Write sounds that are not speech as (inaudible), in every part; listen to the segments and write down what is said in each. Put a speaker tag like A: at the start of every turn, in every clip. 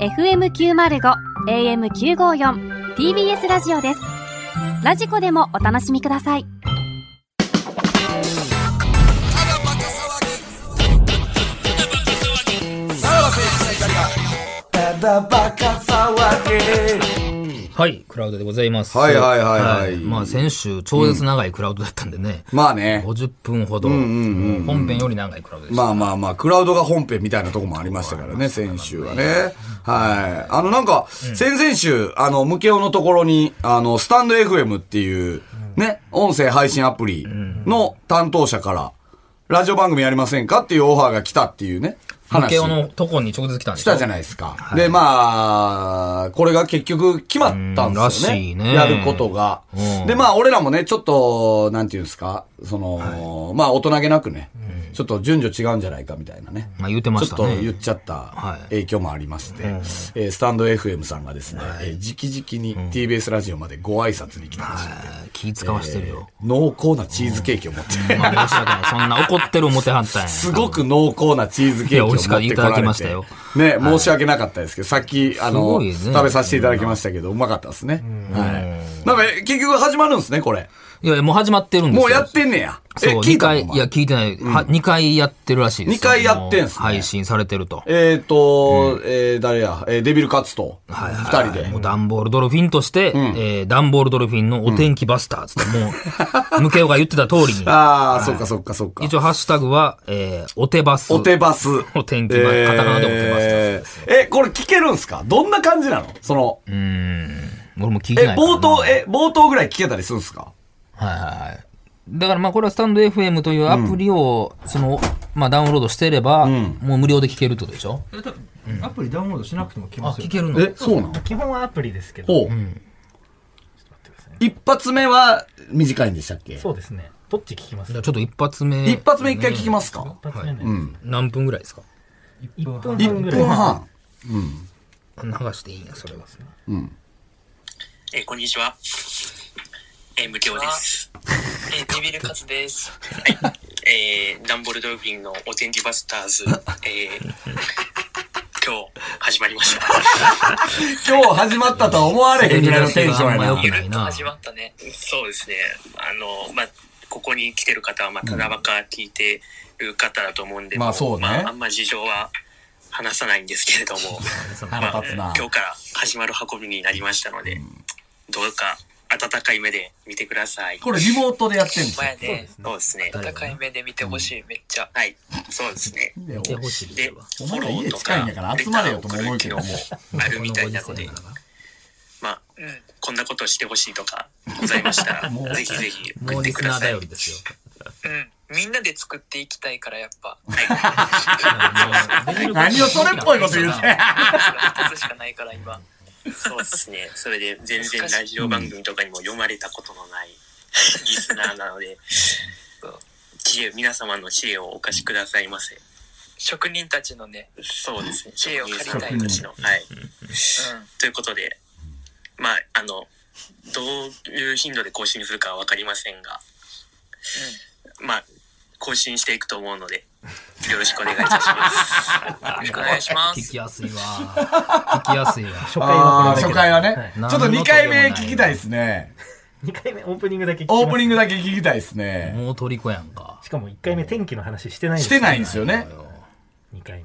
A: FM905 AM954 TBS ラジオですラジコでもお楽しみください
B: ただバカ騒げ
C: はい、クラウドでございます。
B: はいはいはいはい
C: まあ先週、超絶長いクラウドだったんでね、
B: まあね
C: 50分ほど、本編より長いクラウドでした。
B: まあまあまあクラウドが本編みたいなとこもありましたからね先週はねはいあのなんか先々週あのムケオのところにあのスタンド FM っていうね音声配信アプリの担当者からラジオ番組やりませんかっていうオファーが来たっていうね
C: ム
B: 話
C: ケオのとこに直接来たんで
B: し
C: しょ
B: たじゃないですか。で、まあ、これが結局決まったんですよ
C: うんら
B: ね。
C: しいね
B: やることが。で、まあ、俺らもね、ちょっと、なんていうんですか、その、まあ、大人げなくね、ちょっと順序違うんじゃないかみたいなね。
C: まあ言うてまし
B: ちょ
C: た
B: っ
C: ね
B: と言っちゃった
C: い
B: 影響もありまして、えースタンド FM さんがですね、えー直々に TBS ラジオまでご挨拶に来たらしいんで、
C: えー気使わしてるよ。
B: 濃厚なチーズケーキを持って、
C: まあ、吉田君もそんな怒ってる思てはったんや。
B: すごく濃厚なチーズケーキを持ってこられ
C: い
B: て。
C: や美味しかったいただきましたよ
B: ね、申し訳なかったですけど、さっき、あ
C: す
B: の、
C: ごいね
B: 食べさせていただきましたけど、うまかったですね。はい。なんか、え結局始まるんですね、これ。
C: いやいや、もう始まってるんですよ。
B: もうやってんねや。え、
C: そう、
B: 聞い
C: 2
B: たの
C: 回、いや、聞いてない。は2回やってるらしいですよ。
B: 二回やってんすね
C: もう配信されてると。
B: えっと、えー誰や、えーデビルカツと、二人で。
C: もうダンボールドルフィンとして、えーダンボールドルフィンのお天気バスターズと、もう、
B: (laughs)
C: ムケオが言ってた通りに。
B: ああ、そっかそっかそっか。
C: 一応、ハッシュタグは、えー、お手バス。
B: お手バス。
C: お天気バスカタカナでお手バス
B: ス。え、これ聞けるんすかどんな感じなのその、
C: 俺も聞いて
B: え
C: な、いからな
B: 冒頭、え、冒頭ぐらい聞けたりするんすか
C: はいはいはい。だからまあこれはスタンド FM というアプリを、その、まあダウンロードしてれば、もう無料で聞けるってことでしょ
D: え多分アプリダウンロードしなくても来
C: あ、
D: ます
C: 聞
D: よ。
C: けるの
B: え、そうなの
D: 基本はアプリですけど。
B: ほう。一発目は短いんでしたっけ
D: そうですね。どっち聞きます
C: じゃあちょっと一発目。
B: 一発目一回聞きますか
D: 一発目のや
C: 何分ぐらいですか
D: つ。1分
B: 一
D: 半ぐらい。
B: 分半。
C: 流していいんや、それは。
E: えーこんにちは。えー、無教です。えー、デビルカツです。はい。えー、ダンボルドルフィンのお天気バスターズ、えー、今日始まりました。
B: 今日始まったとは思われへんぐらいのテンションや
C: あんま良
B: な
C: く。ないな。
E: 始まったね。そうですね。あの、まあ、ここに来てる方は、まあ、ただばか聞いてる方だと思うんで、
B: まあそうね
E: まあ、あんま事情は話さないんですけれども、
B: 腹立つな
E: まあ今日から始まる運びになりましたので、どうか温かい目で見てください。
B: これリモートでやってんですよ
E: 前ね、そうですね。高い目で見てほしい、めっちゃ。はい、そうですね。
C: 見てほしい
E: で、
C: で
E: フ
B: お前
E: ォ
B: ら
E: ロー
B: 家
E: と
B: 近いん
E: か、
B: やから集まれよとも思うけども
E: レターを送る機能もあるみたいなので、まあ、こんなことしてほしいとか (laughs) ございましたら、ぜひぜひ
C: も
E: 送
C: う
E: っ
C: リ
E: て
C: ス
E: く
C: ナ
E: だ
C: ー
E: さい。
C: 頼
E: は
C: りですよ。
F: うん、みんなで作っていきたいからやっ (laughs) ぱ、
C: もう
B: 何をそれっぽいこと言うて。
F: 一つしかないから今。
E: そうですね。それで、全然ラジオ番組とかにも読まれたことのない (laughs) リスナーなので、知恵、皆様の知恵をお貸しくださいませ。
F: 職人たちのね、
E: そうですね。
F: 知恵を借りた
E: 職
F: い
E: 人さんたちの。はい。
F: うん、
E: ということで、まあ、あの、どういう頻度で更新するかはわかりませんが、まあ、更新していくと思うので、よろしくお願いいたします。
F: よろしくお願いしま
C: 聞
F: す。
C: きやすいわ。聞きやすいわ。
D: 初回
B: あ
D: は
B: ー
D: これだ
B: 初
D: け
B: 回はね
D: い。
B: ちょっと二回目聞きたいですね。
D: 2回目、オープニングだけ聞きます
B: オープニングだけ聞きたいですね。
C: もう虜やんか。
D: しかも1回目天気の話してないんで
B: し
D: すよ
B: てないんですよね。
D: 2回目。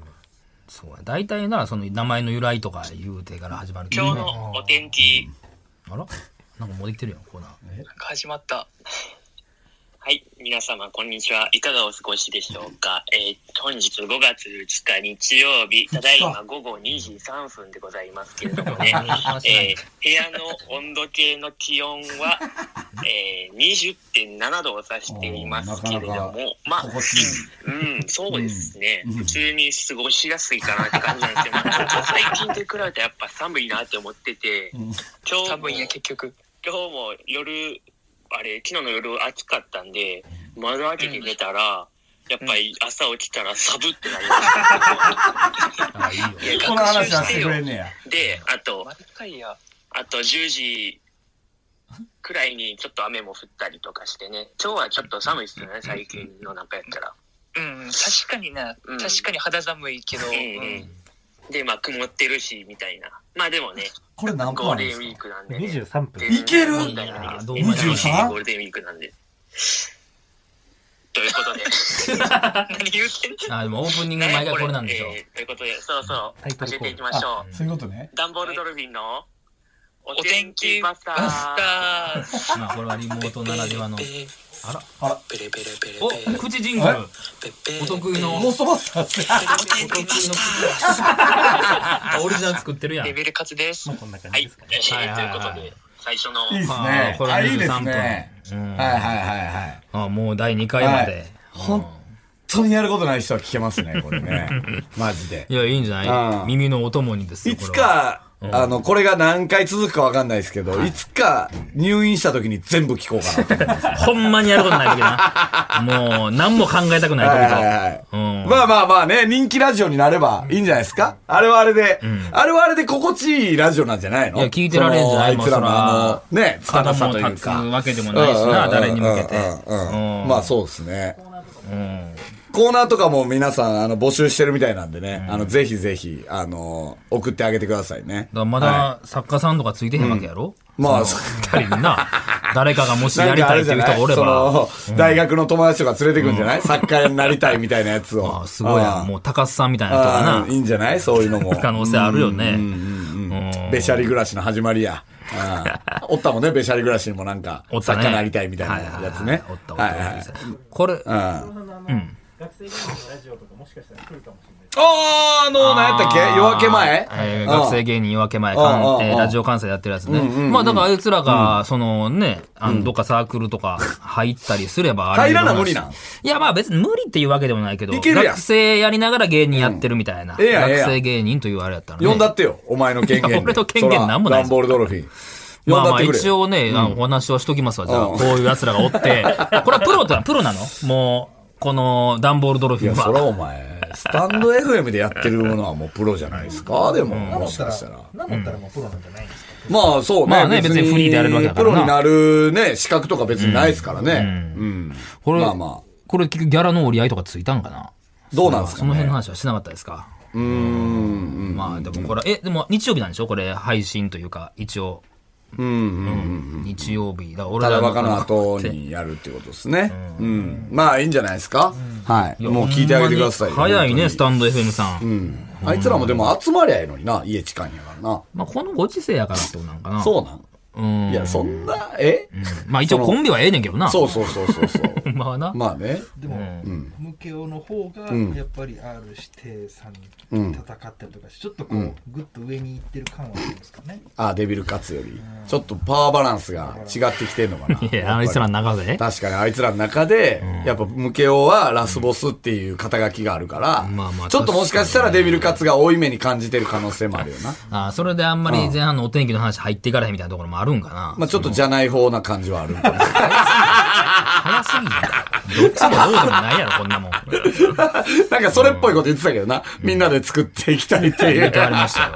C: そうや。大体な、その名前の由来とか言うてから始まるけど
E: 今日の (laughs) お天気、
C: あらなんかもうできてるやん、コーナー。
F: 始まった。
E: はい、皆様、こんにちは。いかがお過ごしでしょうか。えー本日5月2日日曜日、ただいま午後2時3分でございますけれども
B: (laughs)
E: ね、えー部屋の温度計の気温は、えー20.7度を指していますけれど
B: お
E: も、
B: ーなかなか
E: まあ、
B: 心地いい
E: うん、そうですね、
B: うん
E: 普通に過ごしやすいかなって感じなんですけど、ちょっと最近と比べてやっぱ寒いなって思ってて、
B: ん
E: 今日
F: 多
E: も
F: 分いや、結局。
E: 今日も夜、あれ、昨日の夜暑かったんで、窓開けて寝たら、やっぱり朝起きたらサブってなりました。いや
B: この
E: 学
B: 話
E: 習
B: はし
E: し
B: てて
E: よ
B: くれんねや。
E: で、あと、
F: 毎回や。
E: あと10時くらいにちょっと雨も降ったりとかしてね、今日はちょっと寒いっすよね、最近の中やったら。
F: うん、確かにな、
E: うん
F: 確かに肌寒いけど、
E: う
F: うんん。
E: うん。で、まあ曇ってるし、みたいな。まあでもね、
B: これ何
E: ゴ
B: パ
E: ー
B: ー
E: ルデ
B: で
E: ンウ
B: す
E: ィークなんで、ね。
D: 23分。
B: いける
E: 問題ないですね。
B: 23
E: ゴールデンウィークなんで。ということで。何言ってんの
C: あ、でもオープニング毎回これなんでしょ。
E: えーということで、そろそろ
D: タイトル
E: 教
D: コー
E: え
D: ル
E: ていきましょう。
B: そういうことね。
E: ダンボールドルフィンのお
F: お天気
E: マ
F: マ
E: ス
F: ス
E: タ
F: タ
E: ー。
F: ー。
C: まあ、これはリモートならではの。あら。
B: あら、
F: ベレベレベレ
C: お、
F: ベレ。
C: 口ジングル。
F: ペペ
C: お得意の、
B: ゴー
C: お
B: ストバスターズ。
C: 得意の口。あオリジナル作ってるやん。
F: レベルカツです。
D: こんな感
E: は
D: じ
E: い、え
D: ですかね。
E: ー
C: はいはいはい
E: ということで、最初の、
B: いいっす
C: あ
B: ね
C: ー。これ
B: あ、いいです
C: 23分。
B: ね。
C: う
B: はい
C: ん
B: はいはいはい。
C: あ、もう第2回ま
B: はい
C: で。
B: 本当にやることない人は聞けますね、これ
C: (laughs)
B: ね。マジで
C: い。や、いいんじゃ
B: あ
C: な
B: ー
C: い耳のお供にですよ。
B: いつ
C: これは。
B: か、あの、これが何回続くかわかんないですけど、いつか入院した時に全部聞こうかなと思います。
C: (laughs) ほんまにやることない時
B: (laughs)
C: な。もう、何も考えたく
B: はい
C: ない時
B: はい
C: と。
B: はい。
C: うん
B: まあまあまあね、人気ラジオになればいいんじゃないですかあれはあれで、あれはあれで心地いいラジオなんじゃないの
C: いや聞いてられんじゃない
B: そのあいつら
C: もうそら
B: のあの、ね、つかなさ
C: も
B: という
C: 立つ
B: か。
C: わけでもないしな、
B: うん
C: 誰に向けて。
B: うんうんうん
C: うん
B: まあそうですね。
C: うん
B: コーナーとかも皆さん、あの、募集してるみたいなんでね、あの、ぜひぜひ、あの、送ってあげてくださいね
C: だ。からま
B: は
C: だ作家さんとかついてへんわけやろ、
B: いまあ、
C: そ
B: そ (laughs)
C: の二人にな、誰かがもしやりたいっていう人がおれ
B: なんかあ
C: ば
B: れ、じゃないその、大学の友達とか連れてくんじゃない作家になりたいみたいなや
C: (laughs)
B: つを。
C: あすごいや
B: あ
C: ん
B: あ
C: もう高須さんみたいな人が
B: あ
C: な
B: あ、いいんじゃないそういうのも。
C: 可能性あるよね。うん
B: べしゃり暮らしの始まりや。ああおったもんね、べしゃり暮らしにもなんか、
C: おった
B: 作
C: ね。
B: 家になりたいみたいなやつね
C: はいはいはいおったお。った
B: はいはいはい。
C: これ、
B: うん
D: 学生芸人のラジオとかもしかしたら来るかもしれない。
B: あー、あの、何やったっけ
C: あー
B: 夜明け前
C: えー学生芸人夜明け前、かん
B: うんうん
C: えー
B: うん
C: ラジオ関西やってるやつね。まあだからあいつらが、そのね、あの、どっかサークルとか入ったりすればあれ
B: 入らな無理なん
C: いやまあ別に無理っていうわけでもないけど、
B: いけるやん
C: 学生やりながら芸人やってるみたいな。
B: うんええやんええやん
C: 学生芸人というあれやったら
B: (laughs)
C: ね。
B: 呼んだってよ、お前の権限
C: (laughs) い
B: で。
C: や俺の権限なんもない
B: そらダンボールドルフィン。
C: ま
B: 呼ん
C: あ
B: だ
C: ま
B: っ
C: あ
B: てくれ。
C: 一応ね、あのお話はしときますわ。じゃあ、
B: う
C: こ
B: ん
C: ういう奴らがおって。これはプロだ、プロなのもう、このダンボールドルフ
B: い
C: ィン
B: や、そら
C: は。
B: お前、スタンド FM でやってるものはもうプロじゃないですかでも、もしかしたら。
D: なんだったらもうプロなんじゃないんですか
B: まあそうね。
C: まあね別にフリーでやれるわけだから
B: プ
C: な
B: ロになるね、資格とか別にないですからね。うん。
C: これ、
B: まあま
C: これ結局ギャラの折り合いとかついたんかな
B: あ。どうなんですか
C: その辺の
B: ね。
C: 話はしなかったですか
B: うーん。
C: まあでもこれ、え、でも日曜日なんでしょこれ配信というか、一応。
B: うん。うん。
C: 日曜日。だから俺
B: た
C: ら
B: だバカの
C: の
B: 後にやるってことですね。うん。まあいいんじゃないですかはい。もう聞いてあげてください
C: (laughs)
B: よ。
C: ほんまに早いね、ス
B: 本
C: タンド FM さん。
B: 当にうん。あいつらもでも集まりゃいいのにな、家近いんやからな。
C: まあこのご時世やからってことなんかな。
B: そうな
C: う。うん
B: ん。いや、そんな、え
C: まあ一応コンビはええねんけどな。
B: そうそうそうそうそう。
C: ほん (laughs) まあな。
B: まあね。
G: でも、ムケオの方がやっぱり R 指定さんに戦ったりとかし、ちょっとこうグッと上に行ってる感はあるんですかね。
B: あ、デビルカツより。ちょっとパワーバランスが違ってきてんのかな。
C: いや、あいつらの中で。
B: 確かにあいつらの中で、やっぱムケオはラスボスっていう肩書きがあるから、
C: んまあまあ
B: ちょっともしかしたらデビルカツが多い目に感じてる可能性もあるよな。
C: あーそれであんまり前半のお天気の話入っていかれへんみたいなところもあるんかな。
B: まあちょっとじゃない方な感じはあるんかな
C: 早すぎる。どっちもどうでもないやろ、こんなもん。言
B: なんかそれっぽいこと言ってたけどな。みんなで作っていきたいっていう
C: う。てありましたよ。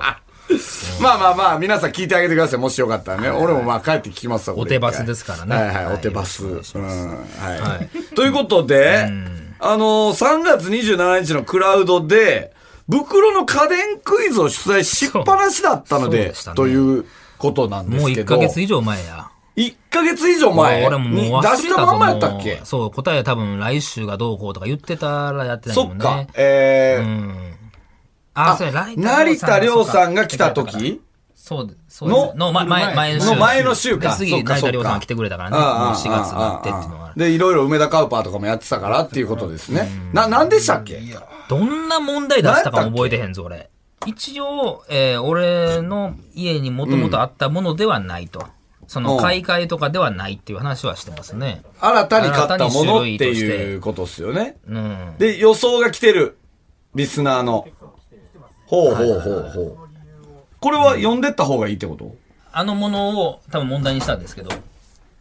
B: まあまあまあ、皆さん聞いてあげてください。もしよかったらね。俺もまあ帰って聞きますわ。これ
C: お手バスですからね
B: はいはい、
C: はい
B: お手バス。
C: よ
B: うん、
C: ろしくお願いし
B: はい。
C: はい
B: ということで、あのー、3月27日のクラウドで、袋の家電クイズを主催しっぱなしだったの
C: そう
B: で、
C: でしたね
B: ということなんで
C: もう
B: すけ
C: 1
B: ど。
C: ヶ月以上前や。
B: 一ヶ月以上前
C: 俺ももう
B: に出
C: 忘れたぞ
B: したまんまやったっけ
C: もうそう、答え多分来週がどうこうとか言ってたらやってない
B: そ
C: も
B: っ
C: んね。
B: か。えー
C: うん。あ、そうや、
B: 成田凌さんが来た
C: そうか
B: 時
C: そうで、そうです
B: の
C: の、ま前、前の週。
B: の前の週か
C: で
B: そっ
C: 次、
B: かそっ
C: 成
B: か
C: 田亮さんが来てくれたからね。もう
B: ああ
C: 4月になってっていうのがある。
B: で、いろいろ梅田カウパーとかもやってたからっていうことですね。な、なんでしたっけ
C: どんな問題出したかも覚えてへんぞ、俺。一応、えー俺の家にもともとあったものではないと。その、買い替えとかではないっていう話はしてますね。
B: 新たに買ったものっ
C: 新
B: て
C: たに種類として
B: いうことですよね。
C: うん。
B: で、予想が来てる。リスナーの。ほうほうほうほう。これは読んでった方がいいってこと
C: あのものを多分問題にしたんですけど、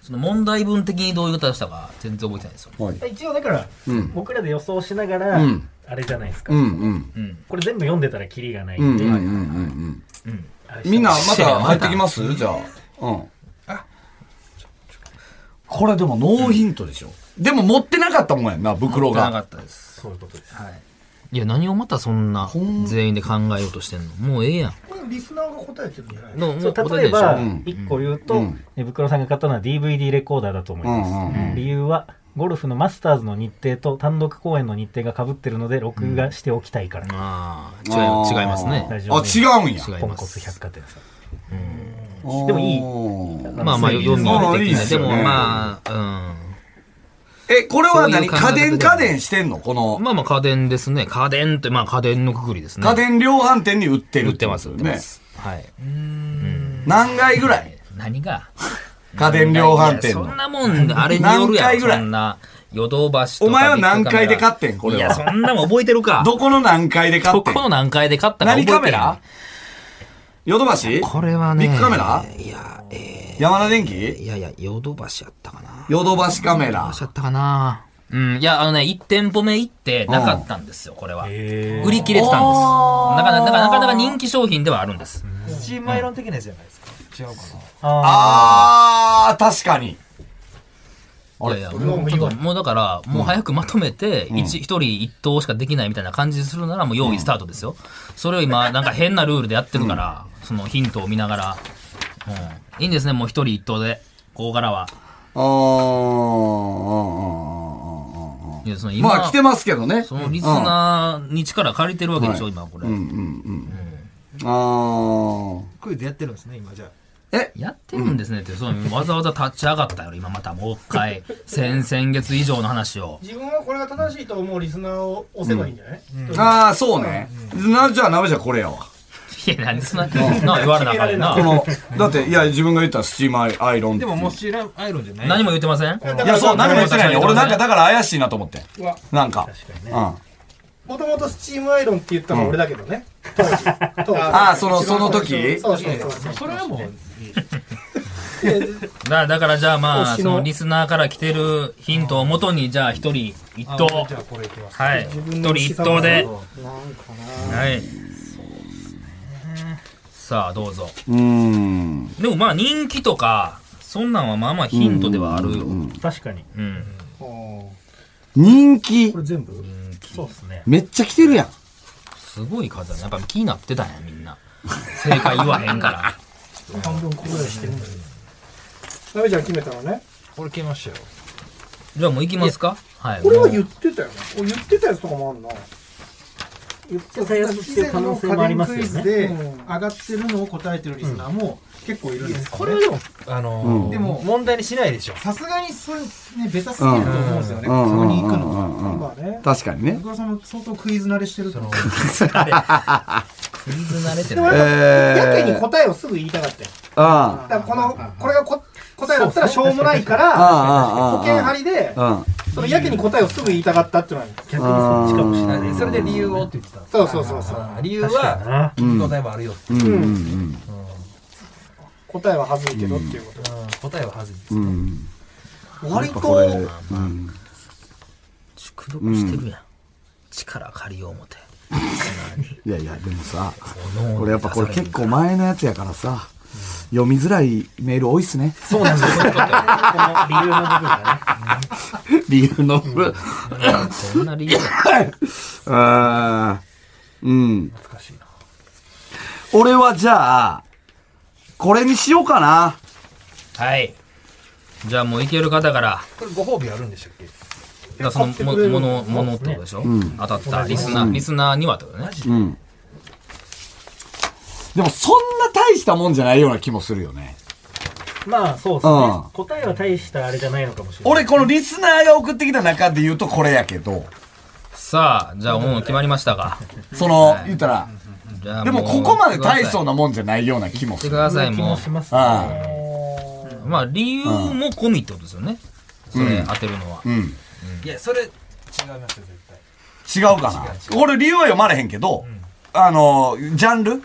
C: その問題文的にどういう形したか全然覚えてないですよ。
B: はい。
D: 一応だから、僕らで予想しながら、
B: ん
D: あれじゃないですか、
B: うんうん。
D: これ全部読んでたらキリがない
B: うん
D: ん
B: う
D: で、
B: んうんうんうん。みんな
C: (laughs)
B: また入ってきますじゃあ。うん。これでもノーヒントでしょ。でも持ってなかったもんやんな、袋
C: なか
B: が。
C: ったです。
D: そういうことです、
C: いや、何をまたそんな全員で考えようとしてんのもうええやん。
G: これリスナーが答えてるんじゃない
C: の
D: そう
C: 答
D: 例え
C: でしょ
D: ば
B: ん
D: 1個言うと、寝袋さんが買ったのは DVD レコーダーだと思います、
B: うんうん
D: 理由はゴルフのマスターズの日程と単独公演の日程がかぶってるので録画しておきたいから、
C: ああ、違
B: あー
C: い違います
D: 大
C: ね。
D: 丈
B: あ、
D: 夫
B: 違うんや。
C: 違い
D: ポン
C: ま
D: コツ百
C: す。
D: 貨店さん
B: で
D: でもいい
B: い
C: まあまあ、読み
B: そう
C: 入れ
B: いいっ
C: てきて、
B: す
C: で
B: よね
C: もまあ、
B: え、これは
C: そうい
B: 何
C: う感
B: 家
C: 覚で
B: 電家電してんのこ
C: うん。
B: の、
C: まあまあ、家電ですね。家電って、まあ家電のくくりですね。
B: 家電量販店に売ってる
C: 売ってます、売
B: よ
C: ってま
B: ね。
C: す。はい。
B: 何回ぐらい
C: 何が
B: 家電量販
C: いや
B: 店
C: そ
B: の
C: ん。なもん、あれによるや
B: 何回
C: ろ、
B: ぐらい
C: そんな。ヨドバシとか
B: お前は何回で買ってんこれはい
C: や、そんなもん覚えてるか。
B: どこの何回で買
C: ど
B: ってん
C: この何回で買ったか覚え
B: 何
C: てる
B: カメラヨドバシ
C: これはね。
B: ビッグカメラ
C: いや、え
B: 山田電
C: ー、
B: 機
C: いやいや、ヨドバシやったかな。
B: ヨドバシカメラ
C: どうし。ちゃったかな。うん。いや、あのね、1店舗目行ってなかったんですよ、これは。売り切れてたんです。なかなか、なかなかなか人気商品ではあるんです。
G: スチームアイロン的なやつじゃないですか違うかな
B: あー、確かに。あれ
C: いやいや、もうちょっと、もうだから、もう早くまとめて、一、一人一投しかできないみたいな感じするなら、もう用意スタートですよ。それを (laughs) 今、なんか変なルールでやってるから、そのヒントを見ながら。うん。いいんですね、もう一人一投で。ここからは。
B: あー、あーあーあーあーあー
C: いや、その今、
B: まあ来てますけどね。
C: そのリスナーに力借りてるわけでしょ、今これ。
B: あー。
G: クイズやってるんですね今じゃあ
B: え、
C: やってるんですねって、そのわざわざ立ち上がったよ、今またもう一 (laughs) 回。先々月以上の話を。
H: 自分はこれが正しいと思うリスナーを押せばいいんじゃない、
B: あー、そうね。な、じゃあ、なめじゃこれやわ。
C: いや、なんでそんな、な、言われなあかんねんな
B: こ。の、だって、いや、自分が言ったスチームアイロンって
G: で
B: いう
G: ももうスチームアイロンじゃない
C: 何も言ってません
B: いや、そう、何も言ってないよ。俺なんか、だから怪しいなと思って。
H: うわ
B: なんか。うん。あ
H: もともとスチームアイロンって言ったのは俺だけどね、当時当時
B: (laughs) あー、その、その時
H: そうそうそうそう
G: それはもう
C: だだからじゃあまあ、
H: 推
C: そ
H: しの
C: のリスナーから来てるヒントをもとに、じゃあ一人一
G: あ
C: 投。
G: じゃあこれいきます
C: はい。一人一投で。はい。さあ、どうぞ。
B: うーん。
C: でもまあ人気とか、そんなんはまあまあヒントではあるよ。うん。
D: 確かに
B: 人気
H: こ、れ全部
D: そうですね
B: めっちゃ来てるやん。
C: すごい数だね。やっぱ気になってたんや、みんな。正解言わへん (laughs) から。
H: 半分こぐらいしてるんだよなべちゃん決めたのね
G: これ消えましたよ
C: じゃあもう行きますかはい。
H: これは言
C: も
H: ってたよねお言ってたやつとかもあんな
G: 言って
D: たやつっていう可能性もありますよね
G: で上がってるのを答えてるリスナーも結構いるんですこれはでもあのでも問題にしないでしょさすがにそうねベタすぎると思うんですよね
B: うん
G: そこに行く
B: う
G: の
B: んうんうん
H: まあね
B: 確かにね
H: (laughs)
G: 小。倉さんも相当クイズ慣れしてると思う
C: うクイズ慣れて
H: でも
C: ない。
H: なんか
B: え
H: やけ
B: ー
H: に答えをすぐ言いたかったよ
B: あ
H: だからこのこれがこ答えだったらしょうもないから
B: ああああああ
H: 保険張りで
B: あ。うん。
H: そのやけに答えをすぐ言いたかったっていうのはある
D: 逆にそっちかもしれない
I: それで理由をって言ってたんです
H: そうそうそうそう
I: 理由は
D: ない
I: い答えもあるよって、
B: うんうん
H: 答えは恥ずいけどっていうこと
I: うん答えは外れです、
B: うん。うん。
H: 割
B: これ、
H: と
B: うん。
C: 熟読してるやん。力借りよう思て。
B: いやいや、でもさ、
C: 脳
B: これやっぱこれ結構前のやつやからさ、読みづらいメール多いっすね。
C: そうなんですよ。
D: 理由の部分がね
B: 理由の部分。
C: そんな理由や
B: あーうん。俺はじゃあ、これにしようかな。
C: はい。じゃあもういける方から、
G: これご褒美あるんでしたっけ
C: だからそのももの、ものってことでしょ、当たったリスナー、リスナーにはってことね。
B: うん。でもそんな大したもんじゃないような気もするよね。
D: まあ、そうですね
B: うん。
D: 答えは大したあれじゃないのかもしれない。
B: 俺、このリスナーが送ってきた中で言うとこれやけど、
C: さあ、じゃあもう決まりましたか。
B: その、言ったら、
C: じゃあ
B: でもここまで大層なもんじゃないような気も
C: 言っ
B: す
C: て
B: る。
C: ください、
D: 気も
C: も
D: します
B: あ
D: ね。
C: う。まあ、理由も込みってことですよね。それ当てるのは。
B: うん。
G: い
B: 違
G: やそれ違いますよ絶対
B: うかな。俺理由は読まれへんけど、あの、ジャンル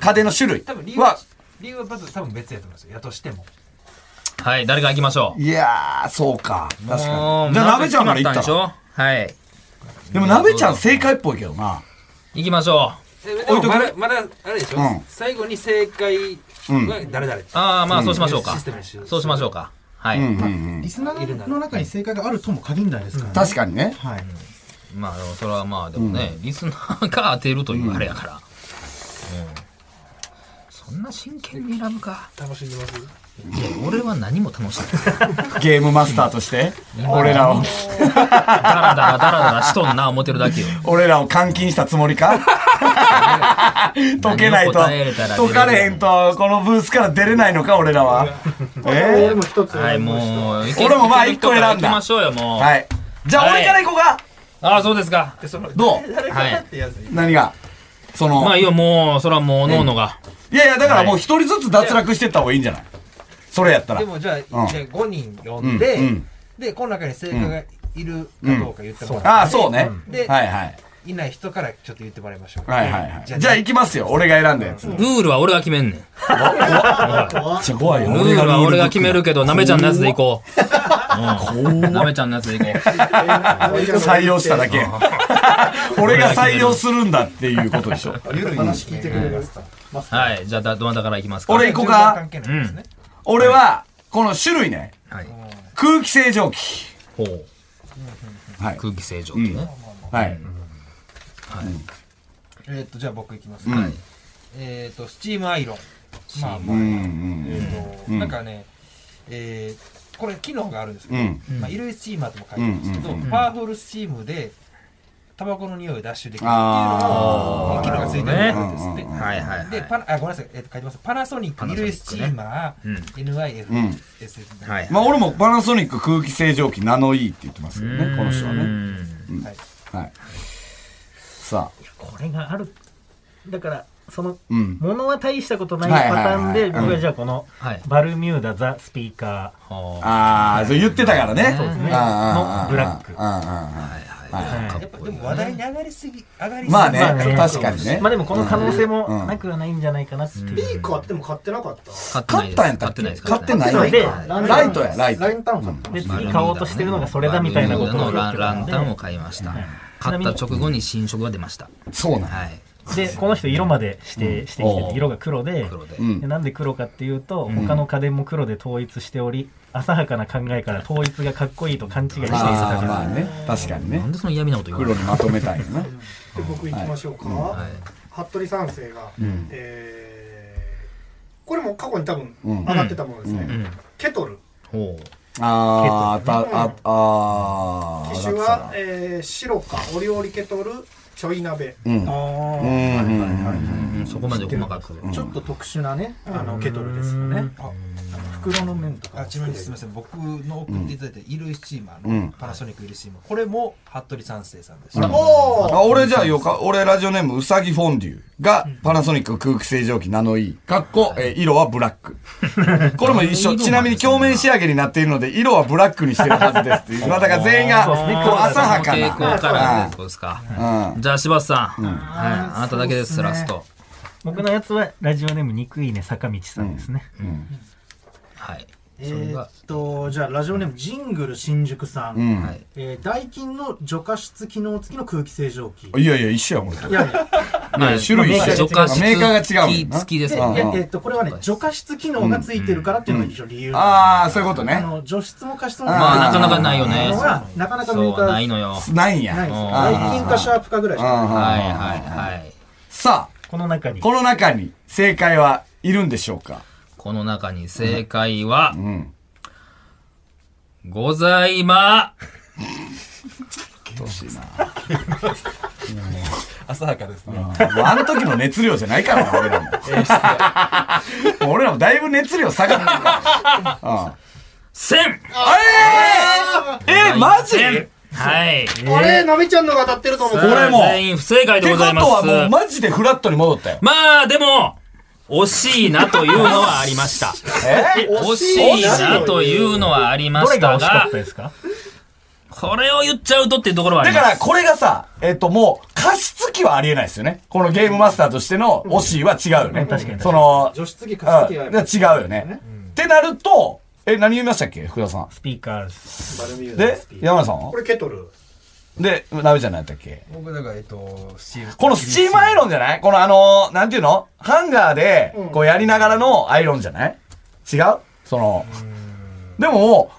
B: 家電の種
G: 多分理
B: 類
G: 由は
B: は、
G: 理由はまず多分別やと思いますよやとしても
C: はい、誰が行きましょう。
B: いやー、そうか。確か
C: もう
B: に。じゃあ、鍋ちゃんからいっ
C: 決ま
B: た
C: でし
B: ら。
C: ょはい。
B: でも、鍋ちゃん正解っぽいけどな。
C: 行きましょう。
G: えで
B: 置い
G: も
B: とく
G: まだまだあれでしょ、
B: うん
G: 最後に正解は誰々、
C: ああ、まあそうしましょうか
G: システムにしよ。う
C: そうしましょうか。はい。
B: うんうんうん。
H: リスナーの中に正解があるとも限らないですからね。
B: 確かにね。
H: はい。
C: まあでもそれはまあでもね、リスナーが当てるというあれやから、うんそんな真剣に選ぶか
G: 楽しんでます
C: いや俺は何も楽しない
B: ゲームマスターとして、俺らを、
C: ダラダラダラダラしとんな思ってるだけよ
B: 俺らを監禁したつもりか解けないと、
C: 何を答えれたら出れる
B: 解かれへんと、このブースから出れないのか、俺らは。え
H: でも一つ
C: はいもういけ
B: 俺もまあ
C: いける人から
B: 一個選んだ
C: 行きましょうよ
B: ー
C: もう、
B: はい。じゃあ、
C: はい
B: 俺から行こうか。
C: ああそうですか
G: でその
B: どう
G: 誰かなってやつ、
B: (laughs) 何がそ
C: まあ
B: の、
C: いいよもうそれはもうおののが、
B: いやいや、だからもう一人ずつ脱落してった方がいいんじゃないそれやったら
G: で。もじゃあ、
B: うん
G: じゃあ5人呼んで、
B: うんうん
G: でこの中に正解がいるかどうか言ってもらって、
B: ああ、そうね。
G: で、
B: はいはい。
G: い、ない人からちょっと言ってもらいましょう
B: はいはいはい。
G: じ
B: じ
G: ゃ
B: ゃ
G: あ
B: あ行きますよ。俺が選んだやつ。
C: ルールは俺が決めんねん
B: じゃあ怖いよ。
C: ルールは俺が決めるけどなめちゃんのやつでいこう、うん、なめちゃんのやつでいこう
B: 採用しただけ。 (laughs) 俺が採用するんだっていうことでしょ。
H: 話聞いてくれますか
C: はいじゃあだどなたから行きますか
B: 俺行こうか
D: (laughs)
G: 関。係ないですね、
B: 俺は、この種類ね。
C: はい
B: 空気清浄機。
C: ほう
B: はい。
C: 空気清浄機ね、
B: はい。
G: えっ、とじゃあ僕いきます、
B: うん。うん
G: えっ、とスチームアイロンまあ
B: う
G: まあ、
B: ん
G: えっ、と、
B: うん
G: なんかねえー、これ機能があるんですけ
B: う
G: ど、
B: ん。
G: まあ、衣類スチーマーとも書いてるんですけど、
B: うんうん
G: パワフルスチームでタバコの匂いを脱臭できるっていうの
B: あ
G: が
B: ー
G: 機能がついてるんですって、
B: うんうんうん
C: はいはいはい
G: でパナあごめんなさい、えっと書いてますパナソニック
C: ナソニ
G: 衣類
C: ックね
G: スチーマー、
B: うん
G: NIFSF、
C: はいはい
B: まあ俺もパナソニック空気清浄機ナノイーって言ってますよね、この人はね。
G: はい
B: はい。さあ、
D: これがある。だから、その、
B: うん。
D: ものは大したことない
B: はいはい
D: パ
B: はい
D: ターンで、僕
B: うん
D: はじゃあこの、
C: はい
D: バルミューダザ・スピーカ
C: は
B: あ
C: あ
B: あ、そう言ってたからね。そうです
D: ねのブラックー。はい
G: やっぱでも話題に上がりすぎ上がりすぎ
B: まあね
D: まあね
B: 確かにね。
D: まあでもこの可能性も
B: うん
D: なくはないんじゃないかなっていう。
H: ピークあっても買ってなかった。
C: 買ってない
B: 買
C: で
B: っ
C: す
B: たんやったっ
C: 買って
B: け
C: ないです
B: 買って
C: い
B: ない
D: そうで
B: ライトや、ライト
H: ラ。インタウン買った。
D: で、次買おうとしてるのがそれだみたいなことを
C: の
D: 言
C: ラ
D: っ
C: ン
D: て
C: ラ
D: た
C: ン
D: んで
C: タンを買いました買った直後に新色が出ました
B: そうなんや。
C: はい
D: で、この人色まで指定してきて
C: お
D: て
C: ー
D: 色が黒で、
C: 黒で
B: うん
D: でなんで黒かっていうと、他の家電も黒で統一しており、浅はかな考えから統一がかっこいいと勘違いしていた
B: あ
D: か
B: あ、まあ
D: ら、
B: ね。確かに
C: な
B: ね
C: ん。でその嫌味なこと言う
B: 黒
C: の
B: にまとめたいよな。
H: で僕行きましょうか、
C: はい
H: 服部三世が、
B: ん
H: えーこれも過去に多分
B: うん
H: 上がってたものですね、
C: うん
H: ケトル
C: ほ
B: ああ、た、あ、ああ。
H: 機種は、えー、白かお料理ケトルちょい鍋、
B: うん。うんうんうん
C: ううんそこまで細かく
H: ちょっと特殊なねあのケトルですよねああの袋の面とか
G: あちなみにすみません僕の送っていただいた衣類スチーマー
B: う
G: の
B: ん
G: パナソニック衣類スチーマーこれも服部三世さんです
H: おー
B: あ俺じゃあよか、俺ラジオネームうさぎフォンデュがパナソニック空気清浄機ナノイー。かっこ、えー色はブラック。これも一緒。ちなみに鏡面仕上げになっているので、色はブラックにしてるはずですっていう。まあだから全員が、こ
D: そううですね
B: 浅はか
C: 傾向からってことですか
B: な。うん。
C: じゃあ柴田さんはいあなただけですラスト
D: 僕のやつはラジオネーム憎いね坂道さんですね。
C: はい
H: え
C: それ
H: ー
C: が
H: っとじゃあラジオネームジングル新宿さん、
B: うん
C: はい
H: えー、ダイキンの除加湿機能付きの空気清浄機
B: いやいや、一緒や、これ。
H: いやいや
C: まあ
B: 種類
C: まあ
B: 一緒
C: 除加湿
B: メーカーが違う
C: 器
B: んだな
C: 付きです
H: で
C: もん
H: いや
C: ね
H: えーっとこれはね除加湿機能が付いてるからっていうのが一応理由、
B: ああ、そういうこと
H: あ
B: ね。
H: の除湿も加湿も
C: まあなかなかないよ
H: あ
C: ね
H: のはなかなかメ
C: そ
H: ーカ
C: う
H: ー
C: ないのよ
B: ないんや。
H: ないです
C: うん
H: よダイキンかシャープかぐらいしか
B: うん
H: ない
C: はいはいはい
B: さあ、
D: この中に。
B: この中に正解はいるんでしょうか
C: この中に正解は
B: うん。
C: ございま
B: どうしいな。
G: 浅はかですね。
B: もうあの時の熱量じゃないからな、俺らも。もう俺らもだいぶ熱量下がってるから。
C: 1000
B: えー、えー、マジ
C: はい。
H: あれ、なめちゃんのが当たってると思う。
B: これも。
C: 全員不正解でございます
B: ってことはもうマジでフラットに戻ったよ。
C: まあ、でも、惜しいなというのはありました。
B: え
C: 惜しいなというのはありま
D: どれ
C: し
D: が
C: た
D: 惜しか
C: が
D: った、ですか
C: これを言っちゃうとっていうところはあ
B: だ
C: り
B: か
C: ま
B: ら
C: す。
B: これがさ、えっともう、加湿器はありえないですよね。このゲームマスターとしての惜しいは違うよね。
D: 確かに
B: その、
H: 除湿器、加湿器は
B: う
H: やっ
B: んだ
H: ぱり
B: から違うよね。ってなると、え、何言いましたっけ福田さん。
D: スピーカーズ。
H: バルミューダの
B: で
H: スピー、ド
B: 山田さんは
H: これケトル。
B: で、鍋ちゃん何やったっけ
G: 僕だから、えっと、スチーム。
B: このスチームアイロンじゃないこのあのー、なんていうのハンガーで
H: うん、
B: こうやりながらのアイロンじゃない違うその、でもも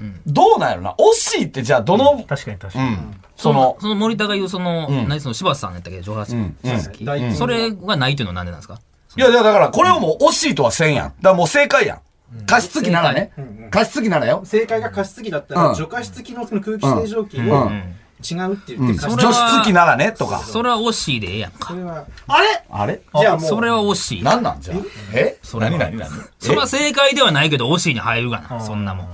B: う、どうなんやろな惜しいってじゃあどの、
D: 確かに確
B: う
D: かに。
B: ん、その、
C: その森田が言う、その、
B: ん
C: 何その柴田さんやったっけ上半
B: う
C: 身
B: ん、うん。
C: 好きそれがないというのはなんでなんですか
B: いや、いやだから、これをもう惜しいとはせんやん。だからもう正解やん。加湿器ならね。加湿器ならよ。
H: 正解が加湿器だった
B: う
H: ら、
B: ん
H: 除加湿器のその空気清浄機を
B: うん
H: 違うって
B: う
H: 言っ
B: ん。
H: て加
B: 除
H: 湿器、
C: れは
B: 湿器ならね、とか。
C: それは惜しいでええやんか。
H: これは、あれ
B: あれ
H: じゃあもう、
C: それは惜しい。
B: なんなんじゃあえ
C: それは
B: 何何何
C: それは正解ではないけど、惜しいに入るがな、そんなもん。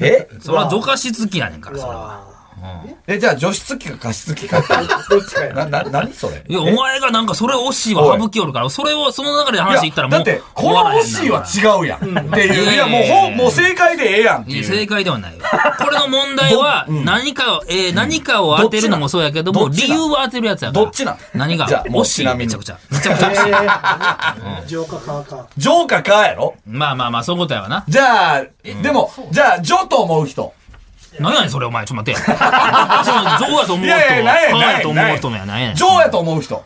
B: え
C: それは除加湿器やねんから、それは。
H: あ
B: え、じゃあ除湿器か加湿器かって
H: ー (laughs) どっちかや
B: な、な、何それ
C: いや、お前がなんかそれ惜しい
B: お
C: はい省きよるから、それを、その中で話いったらも
B: だ
C: う、
B: って、
C: 終
B: この
C: わらへんな
B: 惜しいは違うやん。ってい
C: い
B: う。
C: や
B: い
C: い
B: や、
C: や
B: もう
C: いや
B: ほん、もう正解でええやんって
C: いや
B: い
C: 正
B: う。
C: 解ではないよ。これの問題は、何かを、えー何かを当てるのもそうやけど
B: ど
C: も、
B: っち
C: 理
B: な
C: 由を当てるやつやから。
B: どっちなん
C: 何が
B: じゃあもう
C: 惜し。
B: ちないみ
C: め
B: に
C: ちゃくちゃ。めちゃ
B: (laughs)
C: くちゃ惜しい。
H: な。浄化かか。
B: ジョーかかやろ
C: まあまあまあ、そういうことやわな。
B: じゃあ、でも、じゃあ、ジョと思う人。
C: 何やねん、それお前。ちょっと待
B: (laughs)
C: ってや。その、ゾウやと思う人、
B: いやいやない
C: カー
B: ない
C: やと思う人のや、何やねん。
B: ジョーやと思う人。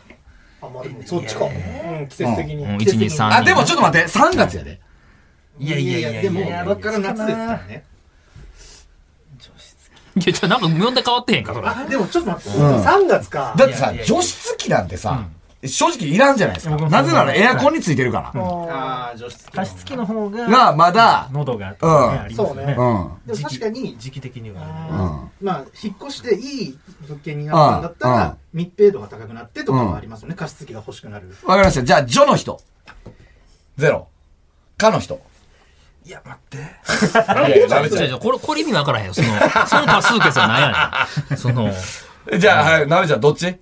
H: あ、まあでもそっちか。うん、季節的に。
C: うん、1、2、3。
B: あ、でもちょっと待って、3月やで。
G: いやいやいやいや、
H: でも、
G: い
H: こっから夏ですからね。
C: いや、ちょなんか無音で変わってへんか、それ。
H: あ、でもちょっと待って、3月か。
B: だってさ、除湿器なんてさ、正直いらんじゃないですか。
D: 僕も
B: なぜならエアコンについてるか
H: ああ、除湿器
D: 加湿器の方が
B: ら。、が、まだ、
D: 喉が、ね
B: うん
D: あります
H: そ
D: よ
H: うね
B: う。
D: ね。
B: ん。
H: でも確かに、
D: 時期的には、ね。
H: あーまあ、引っ越していい物件になったんだった
B: うん
H: ら、密閉度が高くなってとかもありますよね。加湿器が欲しくなる。
B: わかりました。じゃあ、ジョの人。ゼロ。かの人。
G: いや、待って。
B: い
C: (laughs)
B: やダメ
C: 違う違う、これ、これ意味わからへんよ。その、その多数決は何や
B: (laughs)
C: ねん。その、
B: じゃあ、はい、なべちゃん、どっち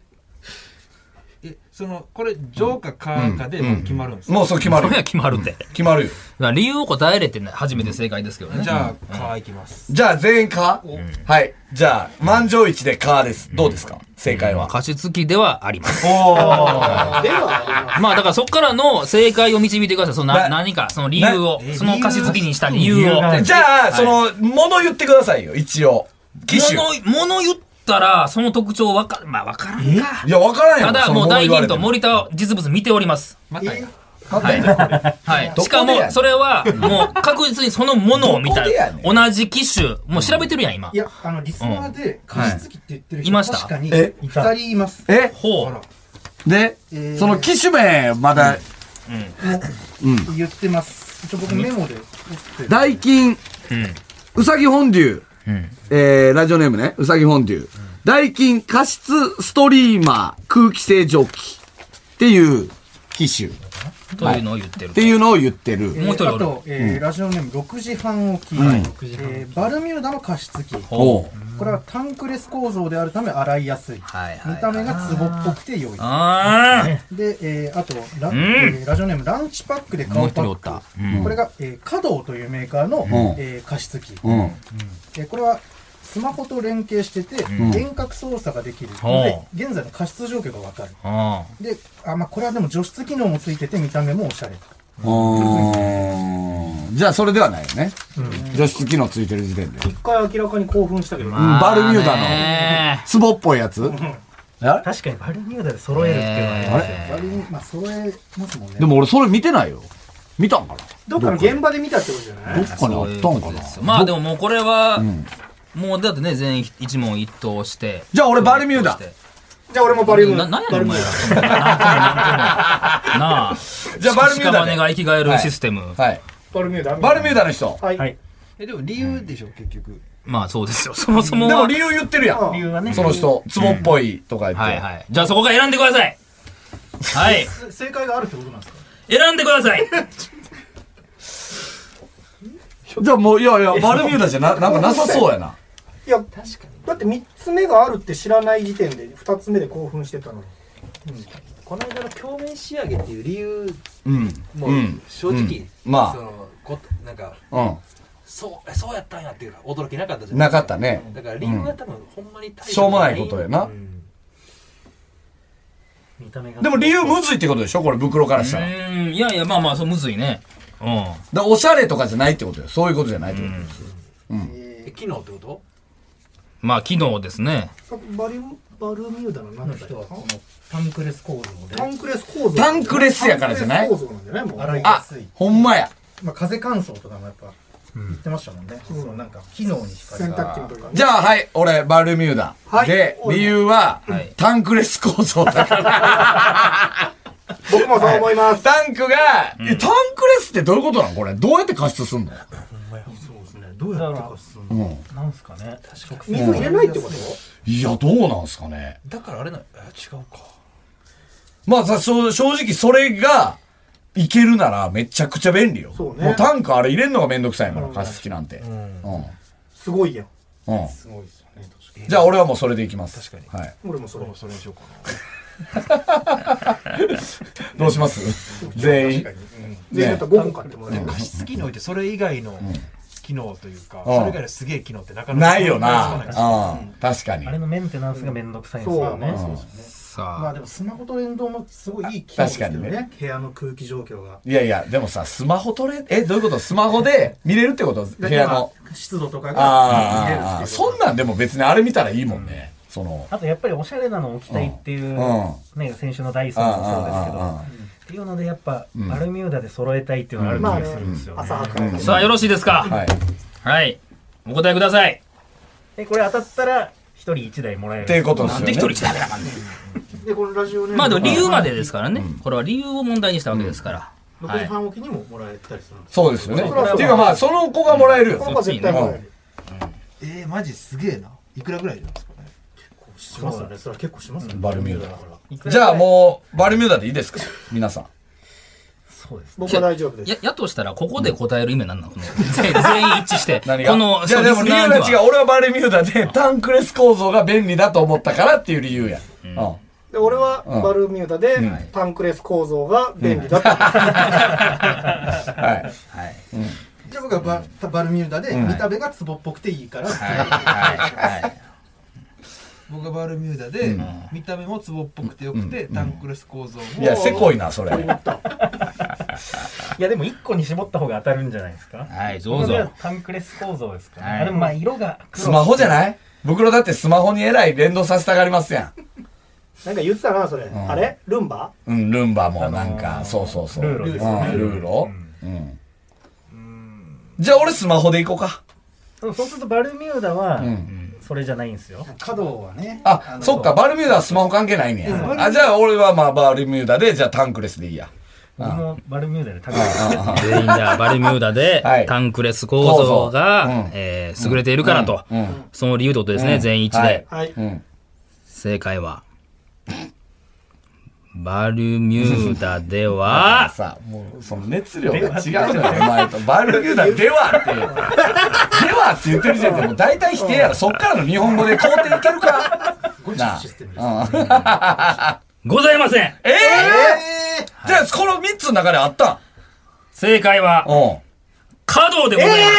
G: え、その、これ、ジョーかカーかでもう決まるんですか
B: もうそう決ま
C: そ
B: る
C: れ。は決まるって。
B: 決まるよ。
C: まあ理由を答えれてない初めて正解ですけどね。
G: じゃあ、カーいきます。
B: じゃあ、全員かはい。じゃあ、満場一でかです。どうですか正解は。
C: 加湿器ではあります。
H: では、
C: まあだからそこからの正解を導いてください。その
B: な
C: な何か、その理由を
G: なえ、
C: その加湿器にした理由を。
D: 理由
B: じゃあ、その、もの言ってくださいよ、一応。機種。
C: 物、物言ったら、その特徴わか、まあわからんか。
B: いや、わからんよ。
C: ただ
B: その
C: もう
B: 物
C: 大
B: 言われ
C: ヒン
B: て
C: ト、
B: も
C: 森田は実物見ております。
G: またや。
C: はい。
B: どこでやねん
C: しかも、それは、もう確実にそのものを見た
B: どこでやねん
C: 同じ機種、もう調べてるやん、今
H: い。や、あの、リスナーで加湿器って言ってる
C: い
H: 人、
C: ました
H: 確かに、
B: え
H: 2人います。
B: え
C: ほ
G: あら
C: う。
B: で
H: え、ー
B: その機種名、まだ、
H: 言ってます。ちょ、僕メモで取って。
B: ダイキン、うさぎフォンデュ、えー、ラジオネームね、うさぎフォンデュ、ダイキン加湿ストリーマー空気清浄機っていう機種っ
C: というのを言ってる
B: て。いうのを言ってる。
C: もう一人おる
H: あと、えーラジオネーム6時半起き、えーバルミューダの加湿器
B: おう
H: これはタンクレス構造であるため洗いやすい,、
C: はいはいはい
H: 見た目がツボっぽくて良い
C: ああ。
H: で、えーあとラ,、
C: ん
H: えーラジオネームランチパックで顔パ
C: もう
H: ッ
C: 一人おっ
H: ク、これが、えー、カドーというメーカーの、えー加湿器、
B: うん。
H: えーこれはスマホと連携してて、遠隔操作ができるので
C: ほ、
H: 現在の加湿状況がわかる
C: ああ。
H: であ、まあ、これはでも除湿機能もついてて見た目もおしゃれ
B: あーじゃあ、それではないよね。除湿機能ついてる時点で。
H: 一回明らかに興奮したけど、
B: うんバルミューダの
C: ね
B: ツボっぽいやつあれ
D: 確かにバルミューダで揃えるっていうのはね、
C: え
H: 割に、まあ、それますもんね。
B: でも俺それ見てないよ。見たんかな
H: どっかの現場で見たってことじゃない
B: どっかにあったんかな
C: ーまあでももうこれは、もうだってね、全員一問一答して。
B: じゃあ俺バルミューダ
H: じゃあ俺もバリウム。
C: な、何やねんお前ら。
H: バ
C: そんな何個も何個もなあ。
B: じゃあバルミューダで
C: 屍が生き返るシステム。
B: はい。
H: ルミューダ。
B: バルミューダの人。
H: はい。
D: はい。
G: え、でも理由でしょ、結局。
C: まあそうですよ。 (laughs) そもそもは。
B: でも理由言ってるやん。
D: 理由はね
B: その人、ツボっぽいとか言って。
C: はいはい。じゃあそこから選んでください。はい。
H: 正解があるってことなんですか
C: 選んでください。
B: じゃあもう、いやいや、バルミューダじゃ (laughs) な、なんかなさそうやな。
H: いや、確かに。だって3つ目があるって知らない時点で、2つ目で興奮してたのに。
J: この間の鏡面仕上げっていう理由
B: うん。
J: もう正直、
B: うんまあ
J: そのこなんか、
B: うん
J: そうえそうやったんやっていうか驚きなかったじゃん
B: なかったね
J: だから理由は多分、ほんまに大
B: しょうもないことやな。でも理由むずいってことでしょこれ、袋からしたら。だか
C: うん。いやいや、まあまあ、そうむずいね。うん。
B: らおしゃれとかじゃないってことよ。そういうことじゃないってことです。
J: え機能ってこと
C: まあ、機能ですね。
H: バリバルミューダの何だっけ
I: タンクレス構造で
H: タンクレス構造
B: タンクレスやからじゃない
H: タンクレス構造なんじゃないもう
I: 洗いや
B: あ
I: すい、
B: ほんまや。
I: まあ風乾燥とかもやっぱ言ってましたもんね、そのなんか機能に光
H: 洗
I: が
H: 濯機のとか
B: じゃあ、はい、俺、バルミューダ。
H: はい
B: で、理由は、タンクレス構造だから。
H: 僕もそう思います
B: タンクが、えタンクレスってどういうことなんこれ。どうやって加湿すんの
I: そうですねどうやってかすんの
B: うん。
D: なんすかね
H: 水入れないってこと
B: いや、どうなんすかね。
J: だからあれなえ違うか
B: まあさ、そう正直それが、いけるならめちゃくちゃ便利よ。
H: そうね
B: もうタンクあれ入れんのがめんどくさいから、加湿器なんて。うん。
H: すごいやん
B: うん。
I: すごいですよね確かに
B: じゃあ俺はもうそれでいきます。
J: 確
B: かに。はい。
H: 俺もそれ
I: それにしようか
B: どうします
I: (laughs)
B: 全員。
H: 全員やったら5個買ってもらえ
I: な
H: る
I: 加湿器においてそれ以外の機能というか、
B: うん
I: それ以外のすげえ機能ってなかなか
B: ないよ
I: 思いつかいです
B: な。うん。確かに
D: あ。れのメンテナンスがめんどくさいんです
H: そ
D: よ
H: うね
D: ね
C: さ
I: ま
C: あ
I: あ。でもスマホと連動もすごいいい機能ですけど
B: 確
I: ね
B: かに
I: 部屋の空気状況が
B: いやいや、でもさ、スマホ取れ、え、どういうことスマホで見れるってこと部屋の。
I: 今湿度とかが見れる
B: あーあー、あー
I: っていうこ
B: (laughs) そんなんでも別にあれ見たらいいもんね。その、
D: あとやっぱりおしゃれなのを着たいっていう、
B: う
D: ね、先週のダイソンもそうですけど、
B: うんうんうんうん
D: っていうのでやっぱ、バルミューダで揃えたいっていうのがある気
H: まあ
D: が
H: ね
D: するんですよ、ね
H: 朝はから
C: さあ、よろしいですか
B: はい。
C: はい。お答えください。
D: でこれ当たったら一人一台もらえる
B: っていうことで
C: な
B: す
C: ん
B: よ
C: で
B: ね。
C: 一人来たらあかんねん
H: でこのラジオね
C: まあ、でも理由までですからね。これは理由を問題にしたわけですから。
H: 6
C: は
H: 時
C: い。
H: 半おきにももらえたりするんです
B: そうですよね。
H: そらそうだ
B: っていうかまあ、その子がもらえるよ。
H: この子は絶対もらえる
I: とえー、マジすげえないくらぐらいなんですかね
H: こうしますよねそれは結構しますよね
B: バルミューダ
H: だから
B: じゃあもう、バルミューダでいいですか皆さん。
D: そうです
H: 僕は大丈夫です
C: や、やとしたら、ここで答える意味なんなのこの全員一致して。
B: 何が
C: この、
B: いやでも理
C: リスナ
B: 由
C: ー
B: が
C: に
B: 違
C: は
B: う。俺はバルミューダでタンクレス構造が便利だと思ったからっていう理由や。うん。
H: で俺はバルミューダでタンクレス構造が便利だった
B: はい。
C: はい。
I: (laughs) じゃあ僕はバ,、バルミューダで見た目がツボっぽくていいからっていう、
C: はい。はい。
I: 僕はバルミューダで、見た目もツボっぽくてよくて、タンクレス構造も
B: いや、せこいな、それ。
D: いやでも一個に絞った方が当たるんじゃないですか
C: はい、どう
D: これ
C: ぞ
D: は。タンクレス構造ですか、ね
C: はい
D: あでもまあ色が黒
B: スマホじゃない袋だってスマホにえらい連動させたがりますや
H: なんか言ってたなそれ、あれルンバ
B: ん。うん、ルンバもなんか、そうそうそう。
D: ルーロですね
B: うんルーロうん。じゃあ俺スマホで行こうか。
D: でもそうするとバルミューダは
B: ん
D: それじゃないんですよ、
I: 角はね
B: あ、そっか、バルミューダはスマホ関係ないねや。あ、じゃあ俺はまあバルミューダで、じゃあタンクレスでいいや。
D: 僕もバルミューダで食べ
C: 全員じゃあバルミューダで
B: (laughs) はい
C: タンクレス構造
B: 構
C: が
B: 造うん
C: えー優れているからと
B: うんうん、
C: その理由ってことです
B: う
C: ね、
B: ん
C: 全員一
B: は
C: で
B: い。
H: はい、
B: うん。
C: 正解は、バルミューダで
B: (laughs)
C: は、
B: さもうその熱量が違うのよお前とバルミューダではって「では」って言ってる時点でもう大体否定やろそっからの日本語で肯定いけるかなあ、
C: ございません
B: うん、ええじゃあこの3つの中であったん
C: 正解は、
B: うん
C: 稼働でございます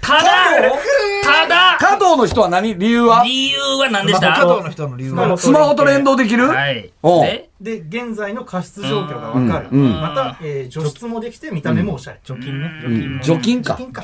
C: た
B: 加
C: だ
B: 藤
C: ただ
B: 加藤の人は何理由は
C: 理由は何でした
I: 角の人の理由は
B: スマホと連動できる、
C: はい。
B: おう
C: で、
H: で現在の加湿状況が分かる、
B: うんうん
H: また、えー除湿もできて見た目もおしゃれ、除菌ね
B: うん除菌か、
H: 菌か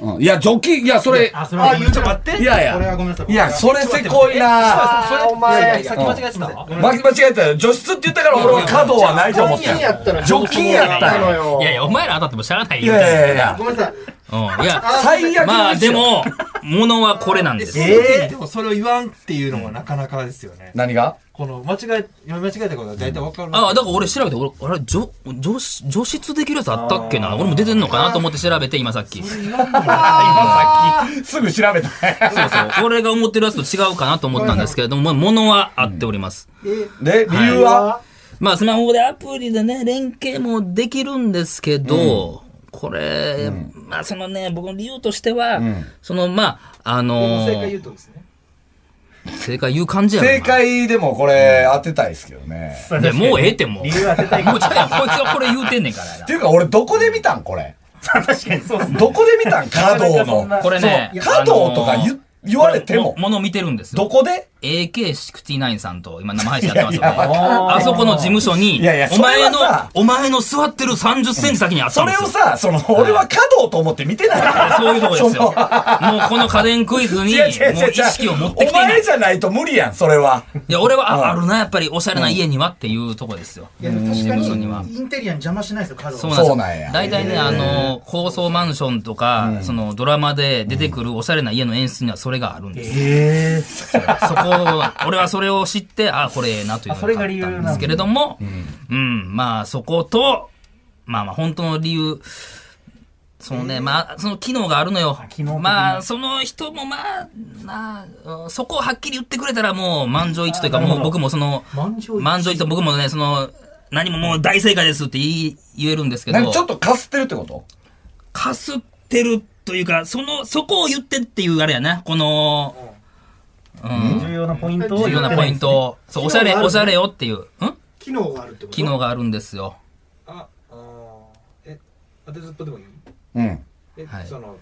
C: うん
B: うん、いや除菌いやそれ
H: あそれは言うちょっと待って
B: いやい
I: これは
B: や
I: ごめんなさい
B: いやそれせこいな
H: あーお前
J: さっき間違えてた
B: 間違えたよ除湿って言ったから俺は加藤はないと思ったよ
H: 除菌やったら
B: 除菌やったんや
H: のよ
C: いやいや、お前ら当たってもしゃあない
B: い
C: よ。
B: やいやいや
I: ごめんなさい
C: うん、いや
G: あ、最悪の
C: まあでも、ものはこれなんです。
G: えでもそれを言わんっていうのもなかなかですよね。
B: 何が
G: この間違え、読み間違えたことは大体わかる。
C: ああ、だから俺調べて、俺、あれ、除、除湿除湿できるやつあったっけな俺も出てんのかなと思って調べて、今さっき。そう
B: 今さっき、すぐ調べた。
C: そう。俺が思ってるやつと違うかなと思ったんですけれども、まあ、ものはあっております。
B: で、理由は
C: まあ、スマホでアプリでね、連携もできるんですけど、これ、まあ、そのね、僕の理由としては、その、まあ、あの
H: 正解言うとですね。
C: 正解言う感じやろ
B: 正解でもこれ当てたいですけどね。
C: いやもうええって (laughs) もう。理由当てたいもうちょっとこいつはこれ (laughs) 言うてんねんからやな
B: っていうか俺どこで見たんこれ。
D: 確かにそうですね。
B: どこで見たん加藤の。
C: これね
B: そう加藤とか言,、言われても。
C: もの見てるんですよ。
B: どこで
C: ?AK69 さんと今生配信やってますよね。
B: いやいやわかんない
C: あそこの事務所に、
B: いやいや
C: お前の
B: それはさ、
C: お前の座ってる30センチ先にあった
B: そ
C: んで
B: れ
C: す
B: を
C: よ。
B: さ、その、俺は加藤と思って見てないから。
C: そういうとこですよ。
B: そう
C: もこの家電クイズに、もう意識を持ってき
B: お
C: ていない。
B: 前
C: い
B: じゃないと無理やん、それは。
C: や、俺は、ああるな、やっぱりおしゃれな家にはっていうとこですよ。
H: いや、でも確か
C: 事務所には
H: に、インテリアに邪魔しないですよ、カード
C: そうなんです
B: そ
C: よ
B: うなんや
C: 大体ね、あの、高層マンションとか、そのドラマで出てくるおしゃれな家の演出にはそれがあるんですよ。
D: え
C: そこを、俺はそれを知って、あ、これええなというの
D: あそれ
C: があっ
D: が
C: た
D: 理由なんん
C: で
D: だ
C: すけれども、うん、まあそこと、まあまあ本当の理由、そのね、まあ、その機能があるのよ。まあ、その人もまあ、なあ、うんそこをはっきり言ってくれたらもう満場一致というか、もう僕もその、
H: 満場一致
C: 満場一致と僕もね、その、何ももう大正解ですって言い言えるんですけど
B: 何、ちょっとかすってるってこと
C: かすってるというか、その、そこを言ってっていうあれやな、この、うん、
D: 重要なポイントを
C: 重
D: 言
C: 要
D: っ
C: な
D: て
C: ポ
D: な
C: イ
D: い
C: ントを、そう、おしゃれ、おしゃれよっていう、ん
H: 機能があるってこと
C: 機能があるんですよ。
I: あ、あーえ、当てずっぽでもいい
B: うん。
I: え、
C: はい
I: その、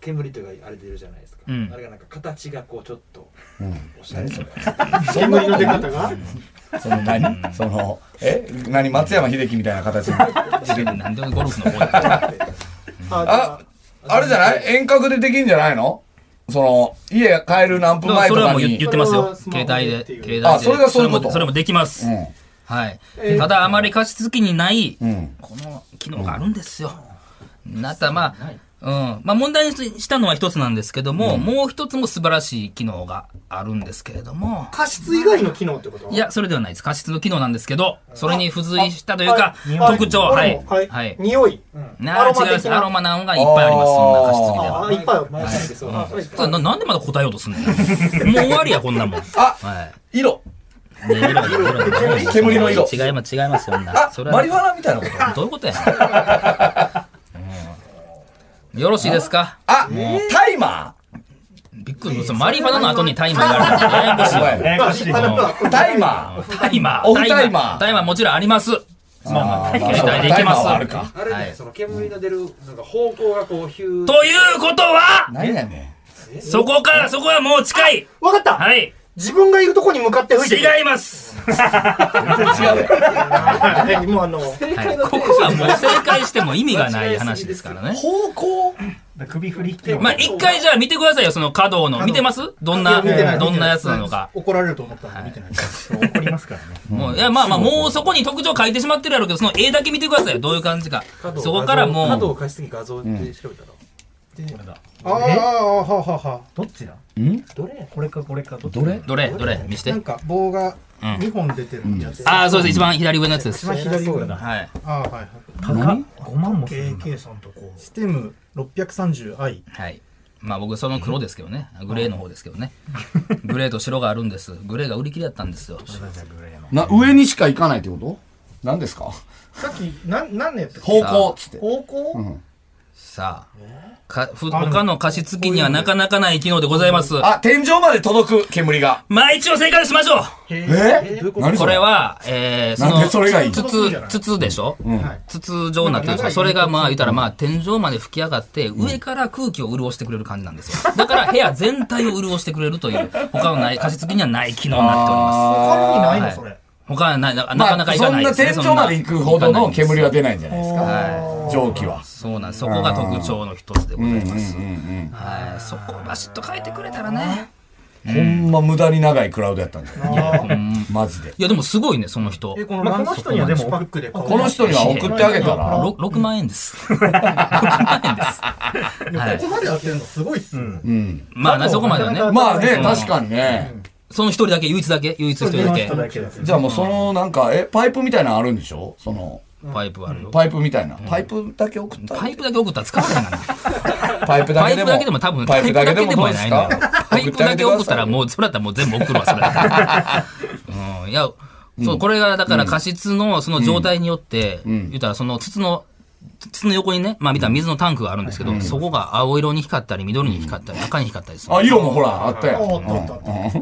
I: 煙というかあれ出るじゃないですか。
C: うん
I: あれがなんか形がこうちょっと、
B: うん。
I: おしゃれとか。
H: 煙の出方が
B: その何その、え何松山秀樹みたいな形に。
C: なんでゴルフの
B: (laughs)
C: 方や
B: あ、あれじゃない遠隔でできんじゃないのその、家帰る何
C: で
B: 分
C: も
B: 前と
C: それは
B: か
C: もう言言
B: に
C: っ。てます
H: それ
C: よ。
H: はス
C: 携
H: マホ
C: 帯
H: で
C: で
H: っていう。
C: 携帯で。
B: あそれがそういうこと
C: もそれもできます。はい。
H: えー
C: ただ、あまり加湿器にない、
B: うん。うん。
C: この機能があるんですよ。なた、まあ、うん。まあ、問題にしたのは一つなんですけども、もう一つも素晴らしい機能があるんですけれども、
H: 加湿以外の機能ってこと
C: いや、それではないです。加湿の機能なんですけど、それに付随したというか
H: あは、い
C: 特徴、
H: は
C: はいい。
H: はい
C: はい。
H: 匂い。
C: なあ、
H: アロマ的な
C: 違います。アロマな音がいっぱいあります。そんな加湿器では。
H: あ、いっぱいある
I: 前からそう。あそう
C: ただななんでまだ答えようとすん
H: (laughs)
C: ねん。もう終わりや、こんなもん。
B: あ
C: は
B: 色。
C: い。ね色が色が
B: 煙の色
C: 違います、違います、そんな。
B: あ
C: そ、れは
B: マリファナみたいなこと
C: (laughs) どういうことやねんうんよろしいですか
B: あ、タイマ
C: びっくり。そのマリファナの後にタイマーがあるから、ややこしい
B: ー。お (laughs) 前
D: ややこしい。
B: タイマ
C: タイマー。
B: オフタイマー
C: タイマーもちろんあります。
B: ー。まあまあまあ
C: 携帯でいきま
B: タイマー
C: す
B: はあるか。
I: あれね、
C: はい
I: その煙の出る、なんか方向がこうヒュー。
C: ということは、
B: 何やね
C: そこから、そこはもう近い。
H: わかった
C: はい。
H: 自分がいるとこに向かって吹いてくる。
C: 違います。
G: (laughs)
H: 違う。もうあの、
C: はいここはもう正解しても意味がない話ですからね
B: ん。。方向
D: だから首振り機能。
C: まあ、一回じゃあ見てくださいよ、その稼働の。見てますどん
H: い
C: な、
H: や見てない
C: どんなやつなのか。
H: 怒られると思ったんで見てない。
D: 怒りますからね。
C: もう、いや、まあまあ、もうそこに特徴書いてしまってるやろうけど、その絵だけ見てくださいよ、どういう感じか。そこからも
I: 角を
C: う、
I: 貸しすぎ画像で調べたら。
H: あーあー、はあはあは
D: どっちだ
B: ん
D: これかこれかどっち
B: どれ
C: どれ、どれ、見して
H: あ。な。んか棒が
C: うん
H: 2本出てるやつ。
C: ああ、そうです、一番左上のやつです。
H: 一番左上だ。
C: はい。
H: あーはいはい。
D: 高っ5万もするんだ
H: KK さんとこう。ステム 630i。
C: はい。まあ僕、その黒ですけどね。グレーの方ですけどね。グレーと白があるんです。グレーが売り切れだったんですよ。
B: な、上にしか行かないってこと何ですか
H: さっき、なん、なんのやつ
B: 方向っつって。
H: 方向
C: さあ、か、ふ他の加湿器にはなかなかない機能でございます。
B: あ、天井まで届く煙が。
C: まあ一応正解しましょう
B: え何
C: こ
B: そ
C: れ
B: れ
C: は、えー、
B: なんでそれがいい
C: 筒、筒でしょ
H: はい。
C: 筒状になってるんですよそれがまあ言ったらまあ天井まで吹き上がって上から空気を潤してくれる感じなんですよ。だから部屋全体を潤してくれるという他のない、加湿器にはない機能になっております。
H: 他にない
C: は
H: の
C: い
H: それ。
C: 他はない、なな
B: ま
C: かなか
B: あ、
C: いか
B: そん
C: ない
B: な
C: ですね。
B: 天井まで行くほどの煙は出ないんじゃないですか。
C: は
B: 蒸気は。
C: い。そうなんです。そこが特徴の一つでございます
B: うんう。ん
C: はい。そこをバシッと変えてくれたらね。
B: ほんま無駄に長いクラウドやったんだよ
C: いやほんま
B: マジで。
C: いやでもすごいね、その人。
D: このまあこの人にはでも送って
B: この人には送ってあげたら
C: ろ6万円です。
D: でも
C: はい
D: ここまでやってるのすごいっすね。
B: うん。
C: まあね、そこまではね。
B: まあね、確かにね。
C: その一人だけ、唯一だけ、唯一一人だけ。
B: じゃあもうそのなんか、え、パイプみたいなのあるんでしょその。
C: パイプあるよ。
B: パイプみたいな。パイプだけ送った
C: パイプだけ送ったら使わないからね。
B: パイプ (laughs) だけでも。
C: パイプだけでも多分
B: パイプだけでもどう
C: パイ
B: で
C: プだ
B: す
C: け
B: か
C: でもやないのパイプだけ送ったらもう、それだったらもう全部送るわ、それだったらうん。いや、そう、これがだから過失のその状態によって、言ったらその筒の、筒の横にね、まあ見たら水のタンクがあるんですけど、そこが青色に光ったり、緑に光ったり、赤に光ったりする。
B: あ、色もほら、あったやん。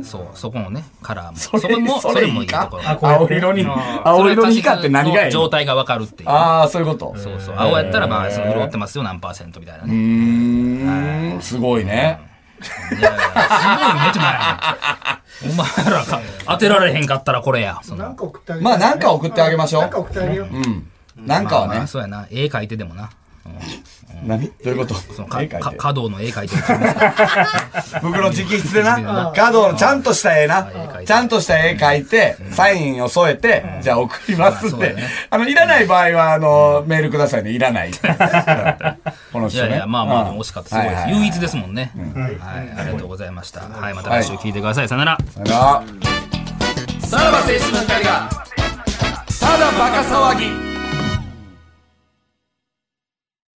C: そう、そこのね、カラーも。
B: それ
C: そこも、
B: それ
C: それもいいところ。
B: 青色に、青色に光って何がいい
C: 状態がわかるっていう。
B: ああ、そういうこと。
C: そうそう。青やったら、まあ、その潤って
B: う
C: ますよ、何パーセントみたいなね。
B: ーん、すごいね。
C: すごいね、ちょお前らか当てられへんかったらこれや。その
H: 送ってあげ
B: まあ、なんか送ってあげましょう。なんか
H: 送ってあげよ
B: う。うん。なんか
C: ま
B: は
C: あま
B: ね
C: あ。そうやな。絵描いてでもな。
B: 何どういうこと
C: そのか
B: 絵描い
C: か
B: て
C: 華道の絵描い
B: (laughs)
C: てる。
B: 僕の直筆でな、カードのちゃんとした絵な、ちゃんとした絵描いて、サインを添えて、じゃあ送りますんで、あの、いらない場合は、あの、メールくださいね、いらない。
C: (laughs)
B: この
C: い
B: 人
C: やい
B: ね。
C: や、まあまあ、でも惜しかった。すごいです。
B: はいはい
C: 唯一ですもんね。はい、ありがとうございました。はい、また来週聞いてください。さよなら。
B: さよなら。さらば青春の光が、ただバカ騒ぎ。